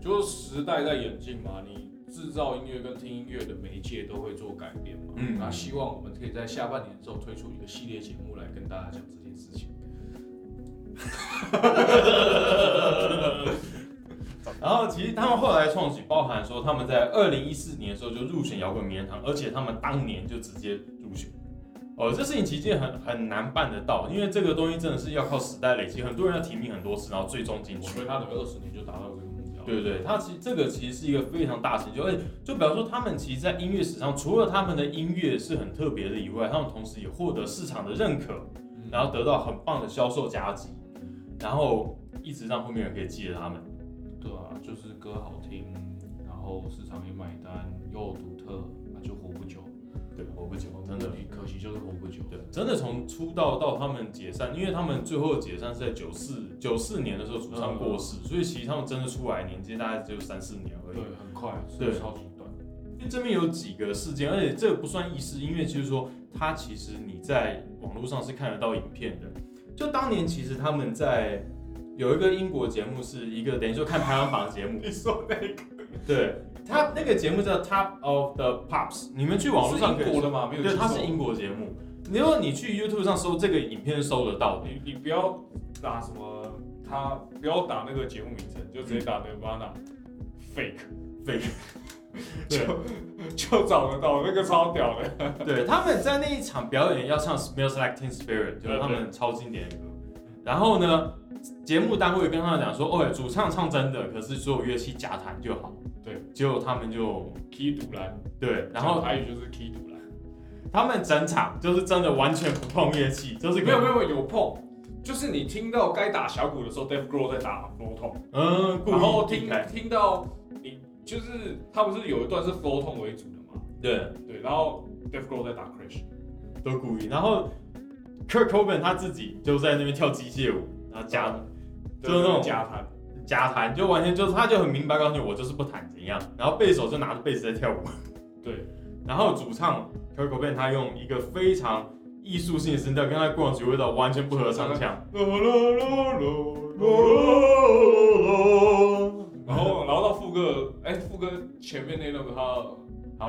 S2: 就是时代在演进嘛，你制造音乐跟听音乐的媒介都会做改变嘛。
S1: 嗯
S2: 那希望我们可以在下半年之后推出一个系列节目来跟大家讲这件事情。
S1: 然后其实他们后来创举包含说，他们在二零一四年的时候就入选摇滚名人堂，而且他们当年就直接入选。哦，这事情其实很很难办得到，因为这个东西真的是要靠时代累积，很多人要提名很多次，然后最终进
S2: 我
S1: 去。
S2: 觉得他等于二十年就达到这个目标。
S1: 对对，它其实这个其实是一个非常大成就，而且就比方说他们其实，在音乐史上，除了他们的音乐是很特别的以外，他们同时也获得市场的认可，
S2: 嗯，
S1: 然后得到很棒的销售价值，然后一直让后面人可以记得他们。
S2: 对啊，就是歌好听，然后市场也买单，又独特，那就活不久。
S1: 对，活不久，真的。，
S2: 可惜就是活不久。
S1: 对，真的从出道到他们解散，因为他们最后解散是在九四九四年的时候主唱过世，
S2: 嗯
S1: 所以其实他们真的出来年纪大概只有三四年而已
S2: 对。，很快，
S1: 对
S2: 是超级短。
S1: 因为这边有几个事件，而且这个不算意识，因为就是说，它其实你在网络上是看得到影片的。就当年其实他们在有一个英国节目，是一个等于说看排行榜的节目，
S2: [LAUGHS] 你说那
S1: 对，它那个节目叫 Top of the Pops，你们去网络上可
S2: 是
S1: 以
S2: 英国的嘛？没有
S1: 对，
S2: 记
S1: 它
S2: 错
S1: 是英国节目。如果你去 YouTube 上搜这个影片是搜得到的，
S2: 你你不要打什么，他不要打那个节目名称，就直接打 Nirvana fake，
S1: [LAUGHS] 对。
S2: 就找得到，那个超屌的。
S1: 对，他们在那一场表演要唱《Smells Like Teen Spirit》，就是他们超经典的歌。然后呢，节目单位跟他们讲说，哦，主唱唱真的，可是所有乐器夹弹就好。
S2: 对，
S1: 结果他们就
S2: Key 独蓝，
S1: 对，然后
S2: 台语就是 Key 独蓝，
S1: 他们整场就是真的完全不碰乐器，就是
S2: 没有没有有碰，就是你听到该打小鼓的时候，Dave Grohl 在打 flow tone，
S1: 嗯，故意
S2: 然后
S1: 避
S2: 听
S1: 开
S2: 听到你就是他不是有一段是 flow tone 为主的嘛？
S1: 对
S2: 对，然后 Dave Grohl 在打 crash，
S1: 都故意，然后 Kurt Cobain 他自己就在那边跳机械舞，然后夹就是那种
S2: 加弹，
S1: 夹弹，就完全就是他就很明白告诉你我就是不弹怎样，然后贝手就拿着贝斯在跳舞。
S2: 对，
S1: 然后主唱 k u r c o b a n 他用一个非常艺术性的声调，跟他过往曲味道完全不合上下。
S2: 然后然后到副歌，哎、副歌前面那段他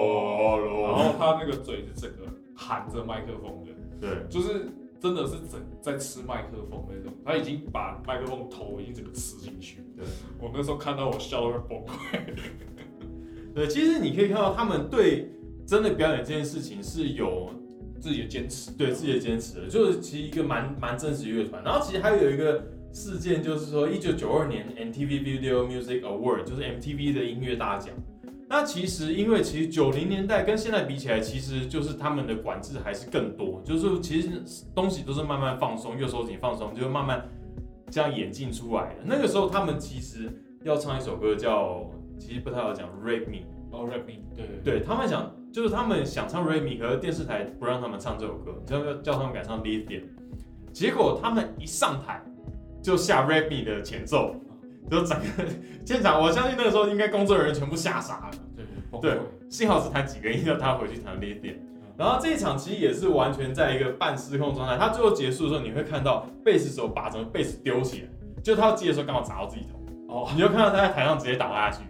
S2: 然后他那个嘴是整个含着麦克风的，
S1: 对
S2: 就是真的是整在吃麦克风那种，他已经把麦克风头已经整个吃进去。
S1: 对，
S2: 我那时候看到我笑到会崩溃。
S1: 对，其实你可以看到他们对真的表演这件事情是有
S2: 自己的坚持，
S1: 对自己的坚持的，就是其实一个蛮蛮真实的乐团。然后其实还有一个事件，就是说一九九二年 MTV Video Music Award 就是 MTV 的音乐大奖。那其实因为其实九零年代跟现在比起来，其实就是他们的管制还是更多，就是其实东西都是慢慢放松，越收紧放松，就慢慢这样演进出来的。那个时候他们其实要唱一首歌叫其实不太好讲 rape me，
S2: 哦，rap me，对对
S1: 对他们想就是他们想唱 rape me，可是电视台不让他们唱这首歌，叫叫他们改唱 lithium，结果他们一上台就下 rape me 的前奏，就整个现场我相信那个时候应该工作人员全部吓傻了。
S2: 对对，崩
S1: 对
S2: 溃，
S1: 幸好只弹几个音，让他回去弹了一点。然后这一场其实也是完全在一个半失控状态。他最后结束的时候，你会看到贝斯手把整个贝斯丢起来，就他要接的时候刚好砸到自己头，
S2: 哦，
S1: 你就看到他在台上直接倒下去。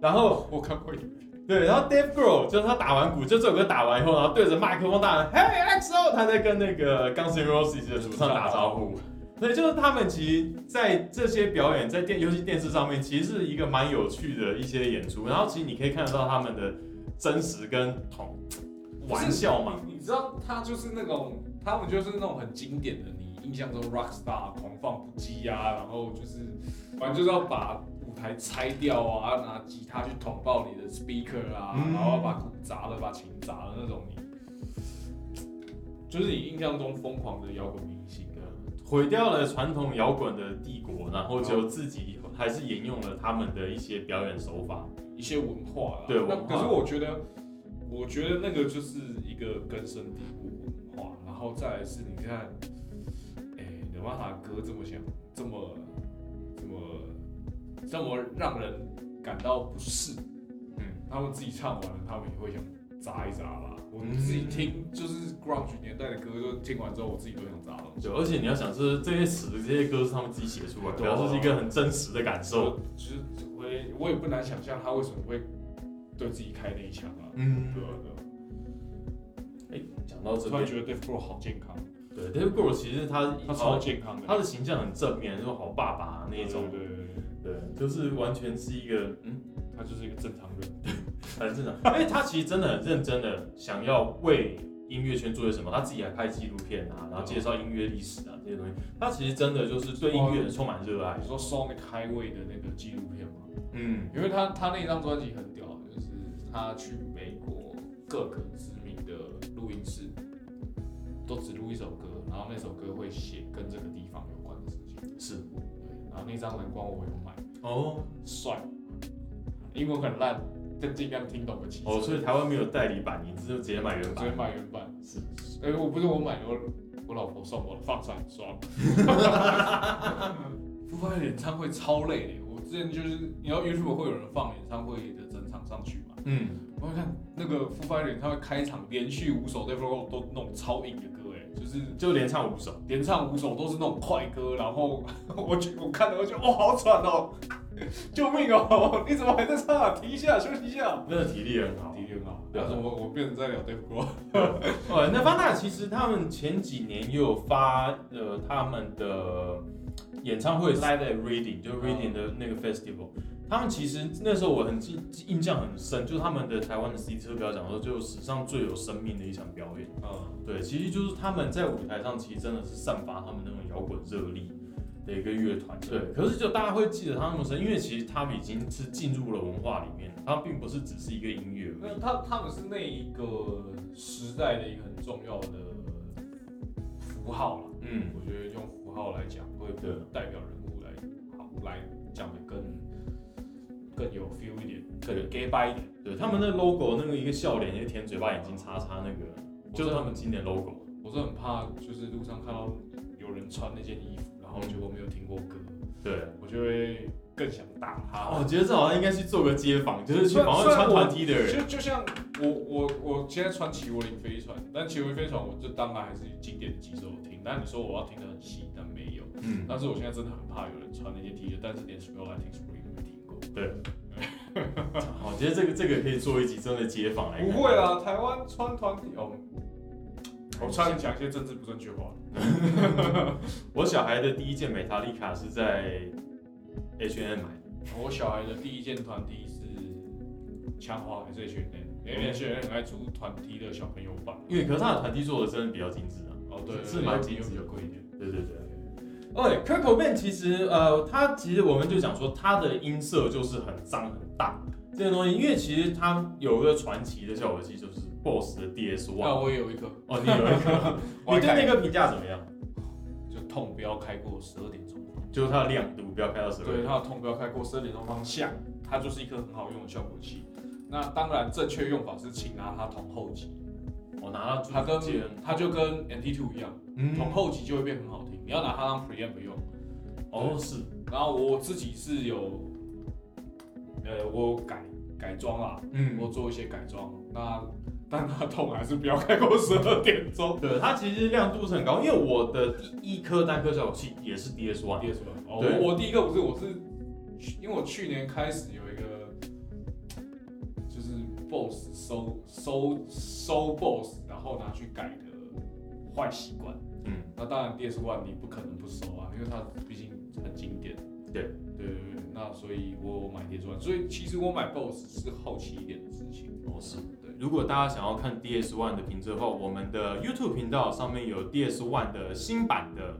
S1: 然后
S2: 我看过一点，
S1: 对，然后 Dave Grohl 就是他打完鼓，就这首歌打完以后，然后对着麦克风大喊 “Hey XO”，他在跟那个 Guns N' Roses 的主唱打招呼。所以就是他们其实在这些表演，在电尤其电视上面，其实是一个蛮有趣的一些演出。然后其实你可以看得到他们的真实跟同玩笑嘛。
S2: 你知道他就是那种，他们就是那种很经典的，你印象中 rock star 狂放不羁啊，然后就是反正就是要把舞台拆掉啊，拿吉他去捅爆你的 speaker 啊，
S1: 嗯
S2: 然后把鼓砸了，把琴砸了那种你，就是你印象中疯狂的摇滚明星啊。
S1: 毁掉了传统摇滚的帝国，然后就自己还是沿用了他们的一些表演手法。
S2: 一些文化啦。
S1: 对
S2: 那
S1: 文化
S2: 可是我觉得，我觉得那个就是一个根深蒂固文化，然后再来是你看，哎、刘巴塔歌这么想，这么这么这么让人感到不适，
S1: 嗯，
S2: 他们自己唱完了，他们也会想砸一砸啦。我
S1: 嗯
S2: 自己听就是 grunge 年代的歌，就听完之后我自己都想砸了。
S1: 对，而且你要想是这些词、这些歌是他们自己写出来的，
S2: 对啊
S1: 表示是一个很真实的感受。
S2: 就就是我也我也不难想象他为什么会对自己开那一枪啊。
S1: 嗯
S2: 对啊对啊，
S1: 哎，讲到这
S2: 突然
S1: 边，
S2: 觉得 Dave Grohl 好健康，
S1: 对 Dave Grohl 其实他
S2: 哦他超健康的。
S1: 他的形象很正面，就是好爸爸那一种，
S2: 对对对对，
S1: 对，就是完全是一个嗯
S2: 他就是一个正常人。
S1: 很正
S2: [LAUGHS]
S1: 常，因为他其实真的很认真的想要为音乐圈做些什么，他自己还拍纪录片啊，然后介绍音乐历史啊这些东西，他其实真的就是对音乐充满热爱
S2: 你，说 Sonic Highway 的那个纪录片吗？
S1: 嗯
S2: 因为他他那张专辑很屌，就是他去美国各个知名的录音室，都只录一首歌，然后那首歌会写跟这个地方有关的事情。
S1: 是
S2: 对，然后那张蓝光我有买，
S1: 哦
S2: 帅，英文很烂，但尽量听懂个其实。
S1: 哦，所以台湾没有代理版，你就直接买原
S2: 我直
S1: 版
S2: 接，买原版。
S1: 是
S2: 哎、我不是我买的，我我老婆送我的，放闪爽。 [LAUGHS] 不过演唱会超累的，我之前就是你要 YouTube 会有人放演唱会的整场上去嘛，
S1: 嗯
S2: 我会看那个 Foo Fighters 演唱会开场连续五首 d e v o 都那种超硬的歌，哎，就是
S1: 就连唱五首，
S2: 连唱五首都是那种快歌，然后我觉我看了我觉得哦好喘哦， [LAUGHS] 救命哦，你怎么还在唱啊？停一下，休息一下。
S1: 那个体力很好。
S2: 的确好，
S1: 对啊
S2: 但是我我变成在聊 d e v o
S1: 呃，那方大其实他们前几年也有发呃他们的演唱会 live at Reading，就是 Reading 的那个 festival。他们其实那时候我很记印象很深，就是他们的台湾的 C 车表讲说，就史上最有生命的一场表演。
S2: 嗯，
S1: 对，其实就是他们在舞台上其实真的是散发他们那种摇滚热力的一个乐团。对，可是就大家会记得他那么深，因为其实他们已经是进入了文化里面，他并不是只是一个音乐而
S2: 那
S1: 已。
S2: 他他们是那一个时代的一个很重要的符号了。
S1: 嗯，
S2: 我觉得用符号来讲，会
S1: 对
S2: 代表人物来好来讲的更更有 feel 一点，更 gay 掰一点。
S1: 对他们那 logo 那个一个笑脸，一个舔嘴巴，眼睛叉叉那个，
S2: 我
S1: 就是
S2: 是
S1: 他
S2: 很
S1: 们今年 logo。
S2: 我是很怕，就是路上看到有人穿那件衣服，然后结果没有听过歌，
S1: 对，
S2: 我就会更想打他。
S1: 哦，我觉得这好像应该去做个街访，就是去
S2: 虽然
S1: 访问
S2: 虽然
S1: 穿
S2: 我
S1: 团 T 的人。
S2: 就就像我我我现在穿骑我林飞船，但骑我林飞船，我就当然还是经典的几首听。但你说我要听得很细，但没有。
S1: 嗯，
S2: 但是我现在真的很怕有人穿那些 T 恤，但是连 Spell Lightning Spring 都没听过。
S1: 好，我觉得这个这个可以做一集真的街访来看。
S2: 不会啦，台湾穿团体哦，我差点讲一些政治不正确话。
S1: 我小孩的第一件美塔丽卡是在 H&M 买的，
S2: 我小孩的第一件团体是枪花还是 H N，因为 H N 很爱出团体的小朋友版。
S1: 因为可是他的团 T 做的真的比较精致啊。
S2: 哦，对，
S1: 是蛮精致
S2: 比
S1: 的
S2: 较贵一点。
S1: 对对对。哦、k i r k o b a n 其实呃，他其实我们就讲说他的音色就是很脏很大这些东西，因为其实他有一个传奇的效果器就是 BOSS 的 DS One。
S2: 那我也有一个，
S1: 哦，你有一 [LAUGHS] 个，你对那个评价怎么样？
S2: 就痛标开过十二点钟。
S1: 就是它的亮度不要开到十二。
S2: 对，他的痛标开过十二点钟方向，它就是一颗很好用的效果器。那当然，正确用法是请拿它捅后级，
S1: 我拿到
S2: 它跟
S1: 键，
S2: 它就跟 NT Two 一样，
S1: 嗯，
S2: 捅后级就会变很好听。你要拿它当 preamp 用。
S1: 哦是，
S2: 然后我自己是有，呃，我有改改装啦，
S1: 嗯，
S2: 我做一些改装。那但它痛还是不要开过十二点钟。
S1: 对，它其实亮度是很高，因为我的第一颗单颗效果器也是 DS One，
S2: 第二什么？哦，
S1: 对
S2: 我我第一个不是，我是去因为我去年开始有一个就是 boss 收收收 boss，然后拿去改的坏习惯。
S1: 嗯，
S2: 那当然 DS One 你不可能不收啊，因为它毕竟很经典。
S1: 对
S2: 对对对，那所以我买 DS One，所以其实我买 boss 是后期一点的事情。
S1: 哦是。
S2: 对，
S1: 如果大家想要看 DS One 的评测的话，我们的 YouTube 频道上面有 DS One 的新版的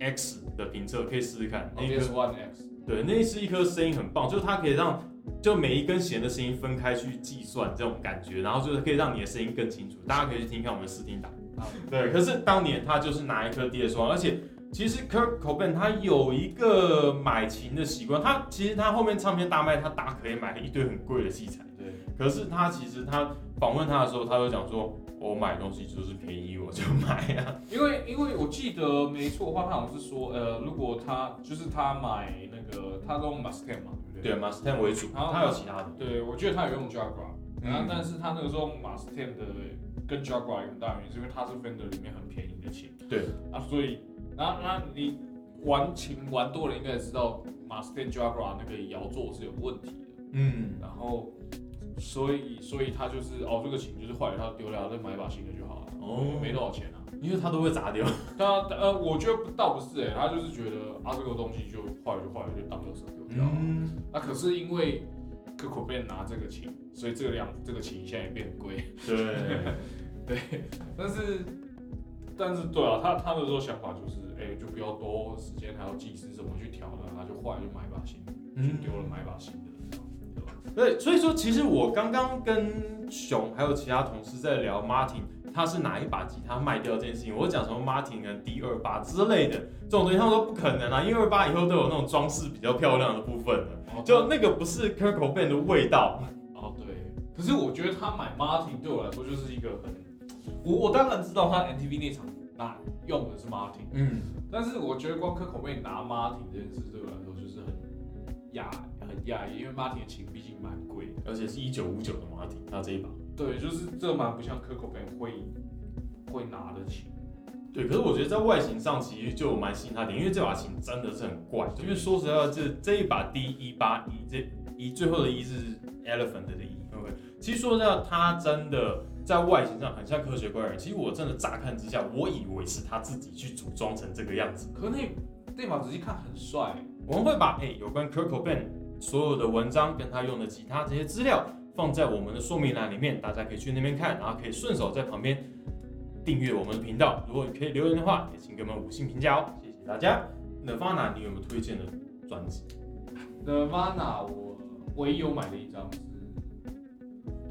S1: X 的评测，可以试试看。那一颗
S2: DS One X，
S1: 对，那是一颗声音很棒，就是它可以让就每一根弦的声音分开去计算这种感觉，然后就是可以让你的声音更清楚。大家可以去听看我们的试听档。
S2: 啊
S1: [LAUGHS] 对，可是当年他就是拿一颗 DS One，而啊且其实 Kurt Cobain 他有一个买琴的习惯，他其实他后面唱片大卖，他大可以买一堆很贵的器材。
S2: 对，
S1: 可是他其实他访问他的时候，他就讲说，我买东西就是便宜我就买啊。 [LAUGHS]
S2: 因为因为我记得没错的话，他好像是说，呃，如果他就是他买那个，他都用 Mustang 嘛，对不对？
S1: 对，Mustang 为主，
S2: 好
S1: 他有其他的。
S2: 对，我记得他有用 Jaguar，然后、
S1: 嗯
S2: 但是他那个时候用 Mustang 的跟 Jaguar 有很大原因，是因为它是 Fender 里面很便宜的琴。
S1: 对
S2: 啊，所以那那你玩琴玩多了，应该也知道 Mustang Jaguar 那个摇座是有问题的，
S1: 嗯，
S2: 然后所以所以他就是哦，这个琴就是坏了，他丢掉，再买一把新的就好了，
S1: 哦
S2: 没多少钱啊。
S1: 因为他都会砸掉。
S2: 他呃，我觉得倒不是哎、他就是觉得啊，这个东西就坏了就坏了，就当垃圾丢掉。那、
S1: 嗯，
S2: 可是因为可口贝拿这个琴，所以这个量这个琴现在也变很贵。
S1: 对，
S2: [LAUGHS] 但是但是对啊，他他那时候想法就是，哎、就不要多时间还要技师怎么去调了，他就坏了就买一把新的，
S1: 嗯
S2: 就丢了买一把新的，这样对吧？
S1: 对，所以说其实我刚刚跟熊还有其他同事在聊 Martin，他是哪一把吉他卖掉这件事情，我讲什么 Martin 跟 D 二八之类的这种东西，他们说不可能啊，因为二八以后都有那种装饰比较漂亮的部分了，就那个不是 k i r k o b a n 的味道。
S2: 哦，对。可是我觉得他买 Martin 对我来说就是一个很，我我当然知道他 MTV 那场拿用的是 Martin，
S1: 嗯，
S2: 但是我觉得光可口味拿 Martin 这件事对我来说就是很讶很讶异，因为 Martin 的琴毕竟蛮贵的，
S1: 而且是一九五九的 Martin，他这一把。
S2: 对，就是这蛮不像可口味会会拿的琴，
S1: 对，可是我觉得在外形上其实就蛮吸引他的点，因为这把琴真的是很怪。因为说实话，这这一把 D 一八一这一最后的一是 elephant 的一，OK。其实说实话，它真的在外形上很像科学怪人。其实我真的乍看之下，我以为是他自己去组装成这个样子。
S2: 可那那把仔细看很帅、
S1: 我们会把诶、有关 k i r k o b a n 所有的文章跟他用的吉他这些资料放在我们的说明栏里面，大家可以去那边看，然后可以顺手在旁边订阅我们的频道。如果你可以留言的话，也请给我们五星评价哦，谢谢大家。Nirvana，你有没有推荐的专辑？
S2: Nirvana 我唯一有买的一张是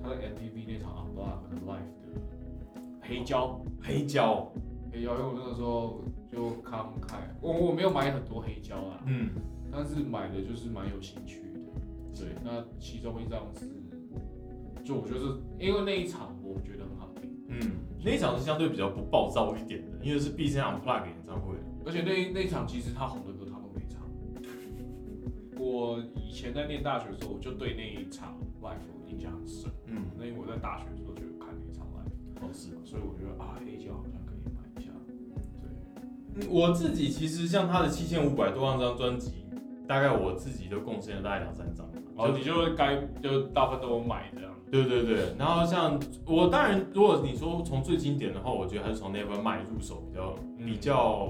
S2: 他的 MTV 那场 Unplugged Live 的黑胶，
S1: 黑胶，
S2: 黑胶，因为我那个时候就看不开，我我没有买很多黑胶啦，
S1: 嗯，
S2: 但是买的就是蛮有兴趣的。对，那其中一张是，就我觉得是因为那一场我觉得很好听，
S1: 嗯，那一场是相对比较不暴躁一点的，因为是 B 站 Unplug 演唱会。
S2: 而且嗯那那一场其实他红的歌他都没唱。我以前在念大学的时候，我就对那一场 live 印象很深。
S1: 嗯，
S2: 那因为我在大学的时候就有看那一场 live，
S1: 哦是。
S2: 所以我觉得啊，黑胶好像可以买一下。对，
S1: 嗯我自己其实像他的七千五百多万张专辑，大概我自己都贡献了大概两三张吧。
S2: 然后你就该就大部分都有买这样。
S1: 对对对，然后像我当然，如果你说从最经典的话，我觉得还是从 Nevermind 入手比较、
S2: 嗯
S1: 比较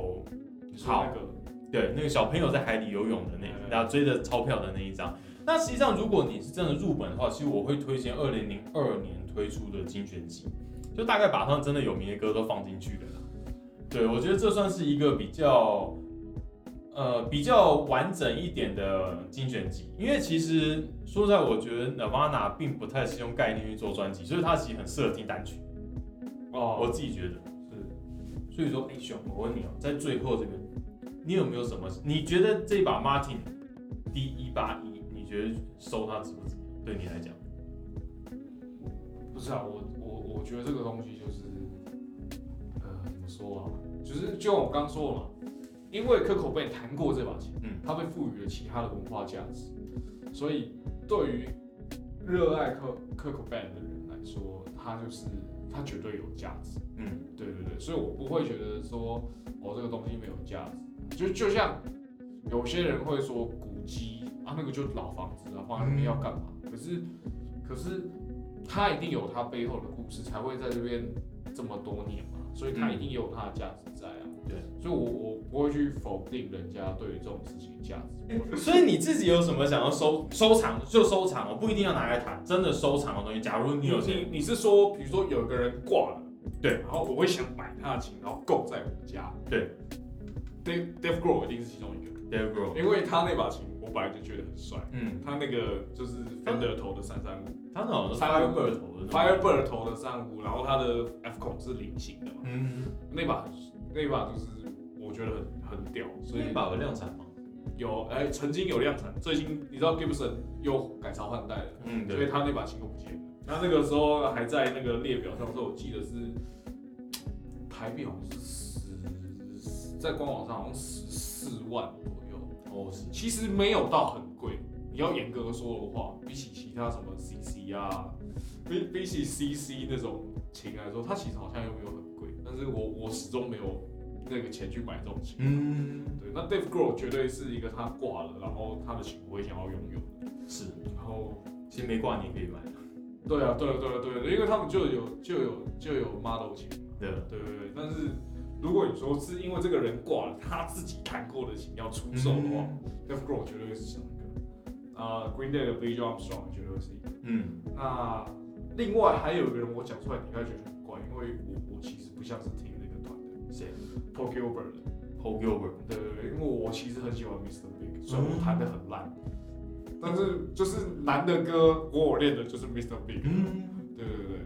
S2: 你说那个
S1: 对，那个小朋友在海里游泳的那，
S2: 嗯
S1: 然后追着钞票的那一张。那实际上，如果你是真的入本的话，其实我会推荐二零零二年推出的精选集，就大概把他们真的有名的歌都放进去了啦。对，我觉得这算是一个比较，呃，比较完整一点的精选集，因为其实说实在，我觉得 Nirvana 并不太是用概念去做专辑，所以它其实很适合听单曲，我
S2: 哦，
S1: 自己觉得。
S2: 是
S1: 所以说，哎、熊，我问你哦、在最后这个，你有没有什么？你觉得这把 Martin D 一八一，你你觉得收它值不值？对你来讲，
S2: 不是啊，我我我觉得这个东西就是，呃，怎么说啊？就是就像我刚说了嘛，因为可口贝谈过这把琴，
S1: 嗯，
S2: 它被赋予了其他的文化价值，所以对于热爱可可口贝的人来说，它就是它绝对有价值。
S1: 嗯，
S2: 对对对，所以我不会觉得说哦这个东西没有价值，就就像有些人会说古迹啊那个就是老房子啊放在那边要干嘛？可是可是它一定有它背后的故事，才会在这边这么多年嘛，所以它一定也有它的价值在啊。
S1: 对，
S2: 所以我我不会去否定人家对于这种事情的价值。
S1: 所以你自己有什么想要收收藏就收藏，哦我不一定要拿来谈，真的收藏的东西。假如你有些
S2: 你你是说，比如说有一个人挂了，
S1: 对，
S2: 然后我会想买他的琴，然后供在我家，
S1: 对
S2: ，Dave Dave Grohl 一定是其中一个。
S1: d e v r o
S2: 因为他那把琴，我本来就觉得很帅。
S1: 嗯，
S2: 他那个就是 Fender 头的三三五
S1: 他好像是
S2: Firebird
S1: 头的
S2: ，Firebird 头的三五，然后他的 F 孔是菱形的嘛，
S1: 嗯，
S2: 那把那把就是我觉得很很屌，所
S1: 所以
S2: 以
S1: 把有量产吗？
S2: 有哎、曾经有量产，最近你知道 Gibson 又改朝换代了，
S1: 嗯，
S2: 所以
S1: 对，
S2: 他那把琴又不见了。那那个时候还在那个列表上，说我记得是台币好像是十，在官网上好像十四万左右。
S1: 哦是，
S2: 其实没有到很贵。你要严格说的话，比起其他什么 CC 啊，比比起 CC 那种琴来说，它其实好像又没有很贵。但是我我始终没有那个钱去买这种琴。
S1: 嗯，
S2: 对，那 Dave Grohl 绝对是一个他挂了，然后他的琴我也想要拥有的。
S1: 是，
S2: 然后，
S1: 其实没挂你也可以买，
S2: 对啊，对啊，对啊，对啊，因为他们就有就有就有 model 琴嘛。
S1: 对，
S2: 对对对，但是如果你说是因为这个人挂了，他自己弹过的琴要出售的话，Dave Grohl 绝对是其中一个，啊、g r e e n Day 的 Billy Armstrong 绝对是一个。
S1: 嗯，
S2: 那另外还有一个人，我讲出来你应该觉得很怪，因为我我其实不像是听那个团的
S1: 嗯谁
S2: Paul Gilbert 的，
S1: ？Paul Gilbert，
S2: 对对对，因为我其实很喜欢 Mr. Big，虽然我弹得很烂，但是就是难的歌，我有练的就是 Mr. Big，、
S1: 嗯，
S2: 对对对，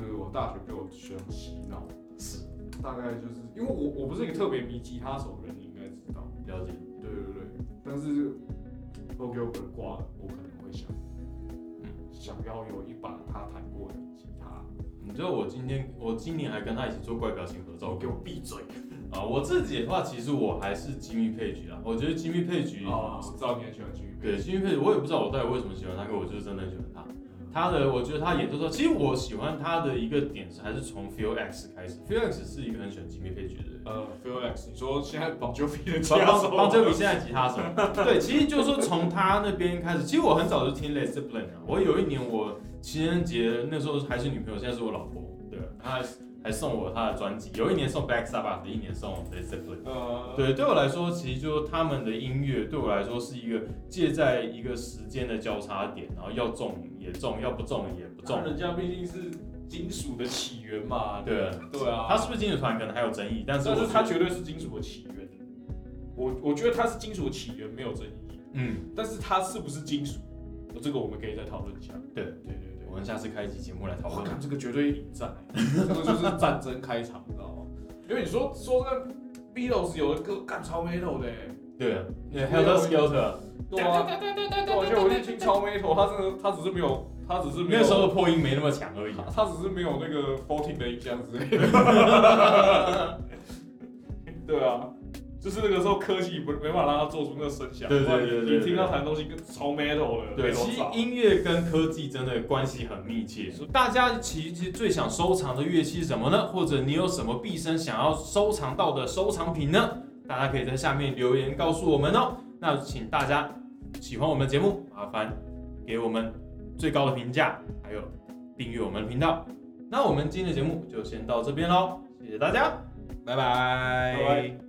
S2: 就是我大学被我学长洗脑，
S1: 是，
S2: 大概就是因为我我不是一个特别迷吉他手的人，你应该知道。
S1: 了解，
S2: 对对对，但是都给我本挂了，我可能会想，嗯，想要有一把他弹过的吉他。
S1: 你知道嗯我今天我今年还跟他一起做怪表情合照，
S2: 给我闭嘴！
S1: 啊，我自己的话，其实我还是吉米配局啊。我觉得吉米配局，
S2: 哦，我知道你很喜欢军
S1: 啊对吉米配局，我也不知道我到底为什么喜欢他，可我就是真的很喜欢他。他的，我觉得他演奏上，其实我喜欢他的一个点是，还是从 Phil X 开始。Phil X 是一个很喜欢吉米配局的人，
S2: 呃 p h i l X，你说现在绑 Jovi 的吉
S1: 帮
S2: 他
S1: 帮
S2: 手，
S1: [LAUGHS] 帮这比现在吉 [LAUGHS] 他手。对，其实就是说从他那边开始，其实我很早就听 Led Zeppelin 啊。我有一年我情人节那时候还是女朋友，现在是我老婆，对，她还还送我她的专辑。有一年送 Black Sabbath，一年送 Led Zeppelin。
S2: 呃，
S1: 对，对我来说，其实就是他们的音乐对我来说是一个介在一个时间的交叉点，然后要中也中，要不中也不中
S2: 那。人家毕竟是金属的起源嘛，
S1: 对啊，
S2: 对啊，
S1: 他是不是金属团可能还有争议，但是我
S2: 但是
S1: 觉
S2: 他
S1: 得
S2: 绝对是金属的起源。我我觉得他是金属的起源没有争议，
S1: 嗯，
S2: 但是他是不是金属，这个我们可以再讨论一下。
S1: 对
S2: 对对对。
S1: 我们下次开一期节目来讨
S2: 我
S1: 论。
S2: 看这个绝对引战、欸，这个就是战争开场，你知道吗？因为你说说那 Beatles 有的歌干超 metal 的、欸，
S1: 对啊，那 Helter Skelter
S2: 对啊，对我觉得我去听超 metal，他真的他只是没有，他只是没有
S1: 那时候的破音没那么强而已。啊
S2: 他只是没有那个 fourteen 的音箱之类的。对啊，就是那个时候科技没没办法让他做出那个声响，
S1: 对对
S2: 不然
S1: 对
S2: 你
S1: 对
S2: 你听
S1: 对
S2: 他弹的东西跟超 metal 的，
S1: 对，
S2: metal
S1: 其实
S2: 炸
S1: 音乐跟科技真的关系很密切。大家其实最想收藏的乐器是什么呢？或者你有什么毕生想要收藏到的收藏品呢？大家可以在下面留言告诉我们哦。那请大家喜欢我们的节目，麻烦给我们最高的评价，还有订阅我们的频道。那我们今天的节目就先到这边喽，谢谢大家，拜拜
S2: 拜拜